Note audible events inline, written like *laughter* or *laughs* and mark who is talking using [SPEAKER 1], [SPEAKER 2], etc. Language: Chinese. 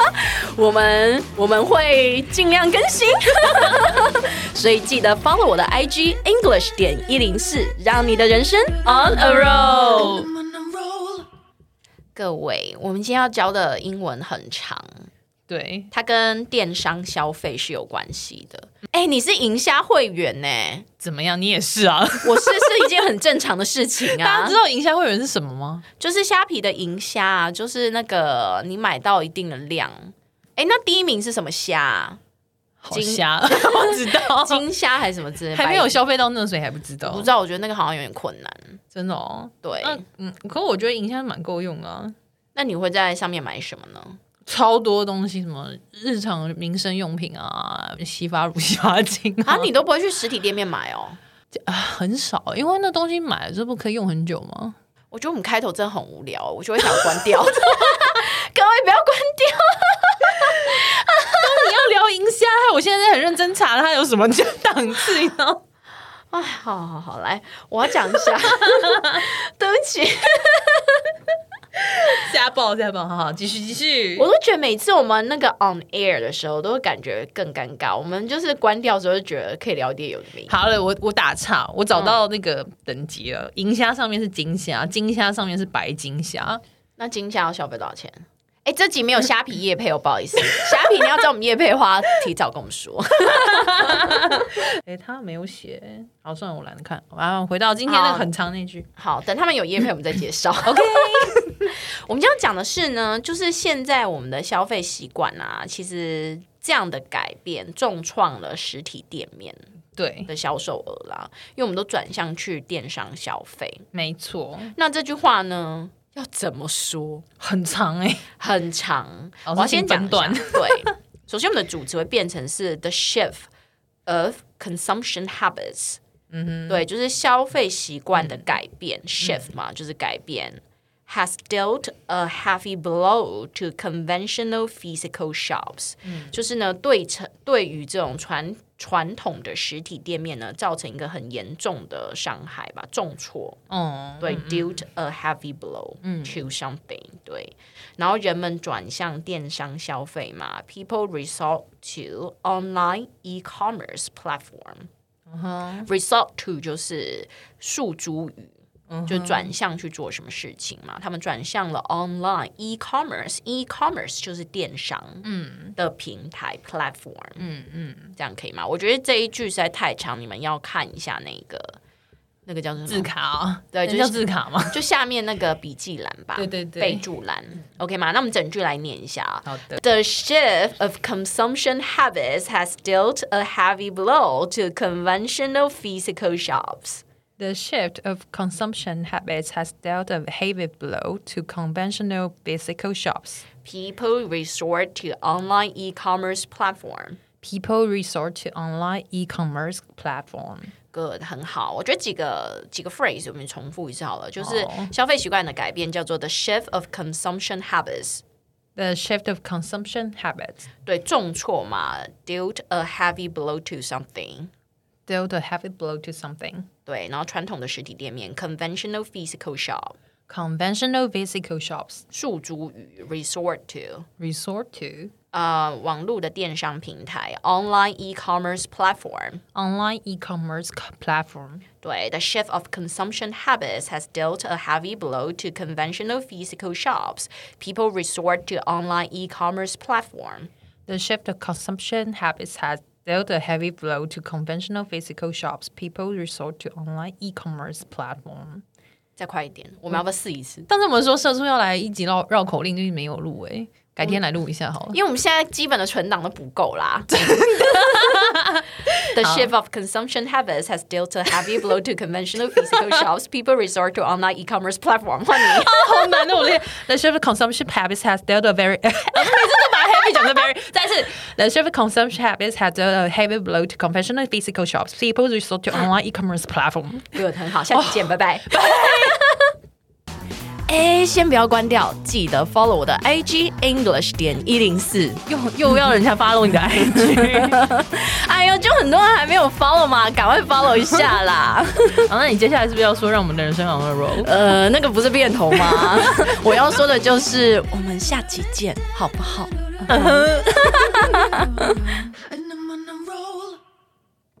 [SPEAKER 1] *laughs* 我们我们会尽量更新， *laughs* 所以记得 follow 我的 IG English 点一零四，让你的人生 on a roll。
[SPEAKER 2] I'm on a roll.
[SPEAKER 1] 各位，我们今天要教的英文很长，
[SPEAKER 3] 对，
[SPEAKER 1] 它跟电商消费是有关系的。哎、你是银虾会员呢、
[SPEAKER 3] 怎么样？你也是啊。
[SPEAKER 1] 我是是一件很正常的事情
[SPEAKER 3] 大
[SPEAKER 1] 啊
[SPEAKER 3] 家知，道银虾会员是什么吗？
[SPEAKER 1] 就是虾皮的银虾啊，就是那个你买到一定的量。哎、那第一名是什么虾啊？
[SPEAKER 3] 好
[SPEAKER 1] 金
[SPEAKER 3] 虾， *laughs* 我知 *laughs* 道，
[SPEAKER 1] 金虾还是什么之类？
[SPEAKER 3] 哦还没有
[SPEAKER 1] 白
[SPEAKER 3] 消费到那，所以还不知道。
[SPEAKER 1] 不知道，我觉得那个好像有点困难。
[SPEAKER 3] 真的哦。
[SPEAKER 1] 对，
[SPEAKER 3] 那嗯，可我觉得银虾蛮够用的啊，
[SPEAKER 1] 那你会在上面买什么呢？
[SPEAKER 3] 超多东西，什么日常民生用品啊，洗发乳、洗发精 *laughs* 啊，
[SPEAKER 1] 啊，你都不会去实体店面买哦？
[SPEAKER 3] 很少，因为那东西买了之后不可以用很久吗？
[SPEAKER 1] 我觉得我们开头真的很无聊，我就会想关
[SPEAKER 3] *laughs*
[SPEAKER 1] 掉。各位不要关掉， *laughs*
[SPEAKER 3] 你要聊银虾，害我现在在很认真查它有什么档次，你知 *laughs* 道吗？
[SPEAKER 1] 哎，好好好，来，我要讲一
[SPEAKER 3] *laughs*
[SPEAKER 1] 下，对不起，
[SPEAKER 3] 瞎报瞎报，好好继续继续
[SPEAKER 1] 我。都觉得每次我们那个 on air 的时候，都会感觉更尴尬。我们就是关掉的时候，就觉得可以聊一点有的没的。
[SPEAKER 3] 好了，我我打岔，我找到那个等级了。银虾上面是金虾，金虾上面是白金虾。
[SPEAKER 1] 那今天要消费多少钱？哎、这集没有虾皮叶配哦，不好意思， *laughs* 虾皮你要找我们叶配的话，提早跟我们说。
[SPEAKER 3] 哎、他没有写。好，算了，我懒得看。啊，回到今天那
[SPEAKER 1] 好
[SPEAKER 3] 个很长那句。
[SPEAKER 1] 好，等他们有业配，我们再介绍。OK，我们今天要讲的是呢，就是现在我们的消费习惯啊，其实这样的改变重创了实体店面
[SPEAKER 3] 对，
[SPEAKER 1] 的销售额啦，因为我们都转向去电商消费。
[SPEAKER 3] 没错，
[SPEAKER 1] 那这句话呢，要怎么说？
[SPEAKER 3] 很长哎、
[SPEAKER 1] 很长，
[SPEAKER 3] 老
[SPEAKER 1] 我
[SPEAKER 3] 师
[SPEAKER 1] 要先
[SPEAKER 3] 哦请
[SPEAKER 1] 讲
[SPEAKER 3] 分
[SPEAKER 1] 一下
[SPEAKER 3] 段
[SPEAKER 1] *laughs* 对，首先我们的主旨会变成是 the shift of consumption habits。嗯哼，对，就是消费习惯
[SPEAKER 3] 嗯
[SPEAKER 1] 的改变、s h i f t 嘛，就是改变。Has dealt a heavy blow to conventional physical shops，、就是
[SPEAKER 3] 嗯
[SPEAKER 1] 呢，对成对于这种传传统的实体店面呢，造成一个很严重的伤害吧，重挫。
[SPEAKER 3] 哦、
[SPEAKER 1] 对、d u e d a heavy blow to something，对，然后人们转向电商消费嘛，people resort to online e-commerce platform。resort to 就是诉诸于。就转向去做什么事情嘛？他们转向了 online e-commerce，e-commerce 就是电商的平台 platform，嗯嗯，这样可以吗？我觉得这一句实在太长，你们要看一下那个那个叫什么
[SPEAKER 3] 字卡、啊，
[SPEAKER 1] 对就是
[SPEAKER 3] 那叫字卡吗？
[SPEAKER 1] 就下面那个笔记栏吧，
[SPEAKER 3] 对对对
[SPEAKER 1] 备注栏，OK 吗？那我们整句来念一下啊。
[SPEAKER 3] 好的
[SPEAKER 1] The shift of consumption habits has dealt a heavy blow to conventional physical shops。
[SPEAKER 3] The shift of consumption habits has dealt a heavy blow to conventional physical shops.
[SPEAKER 1] People resort to online e-commerce platform。
[SPEAKER 3] People resort to online e-commerce platform.
[SPEAKER 1] Good，很好。我觉得几个几个 phrase 我们重复一下好了，就是消费习惯的改变叫做 the shift of consumption habits。
[SPEAKER 3] The shift of consumption habits
[SPEAKER 1] 对，重挫嘛，dealt a heavy blow to something。
[SPEAKER 3] dealt a heavy blow to something.
[SPEAKER 1] 对，然后传统的实体店面 conventional physical shop
[SPEAKER 3] Conventional physical shops
[SPEAKER 1] 诉诸于 resort to
[SPEAKER 3] resort to
[SPEAKER 1] 呃网络的电商平台 online e-commerce platform。
[SPEAKER 3] online e-commerce c- platform.
[SPEAKER 1] 对，the shift of consumption habits has dealt a heavy blow to conventional physical shops. People resort to online e-commerce platform.
[SPEAKER 3] The shift of consumption habits has dealt a heavy blow to conventional physical shops. People resort to online e-commerce platform.
[SPEAKER 1] 再快一点，我们要不要试一次？
[SPEAKER 3] 上次我们说社畜要来一集绕绕口令，就是没有入围。改天来录一下好了。 *laughs*
[SPEAKER 1] 因为我们现在基本的存档都不够啦。The
[SPEAKER 3] Oh.
[SPEAKER 1] shift of consumption habits has dealt a heavy blow to conventional physical shops. People resort to online e-commerce
[SPEAKER 3] *laughs*
[SPEAKER 1] platform. 换你，
[SPEAKER 3] 好难哦！我练 The shift consumption habits has dealt a very，每 *laughs* 次都把 heavy 讲的 *laughs* very，但是 The shift consumption habits has dealt a heavy blow to conventional physical shops. People resort to online e-commerce platform.
[SPEAKER 1] 对，很好，
[SPEAKER 3] 哦
[SPEAKER 1] 下期见，拜
[SPEAKER 3] *laughs*
[SPEAKER 1] 拜。哎，先不要关掉，记得 follow 我的 IG English 点一零四。
[SPEAKER 3] 又又要人家 follow
[SPEAKER 1] *laughs*
[SPEAKER 3] 你的 IG，
[SPEAKER 1] 哎呦，就很多人还没有 follow 嘛，赶快 follow 一下啦。
[SPEAKER 3] *laughs* 好，那你接下来是不是要说让我们的人生 on a roll？
[SPEAKER 1] 呃，那个不是变头吗？ *laughs* 我要说的就是，我们下期见，好不好？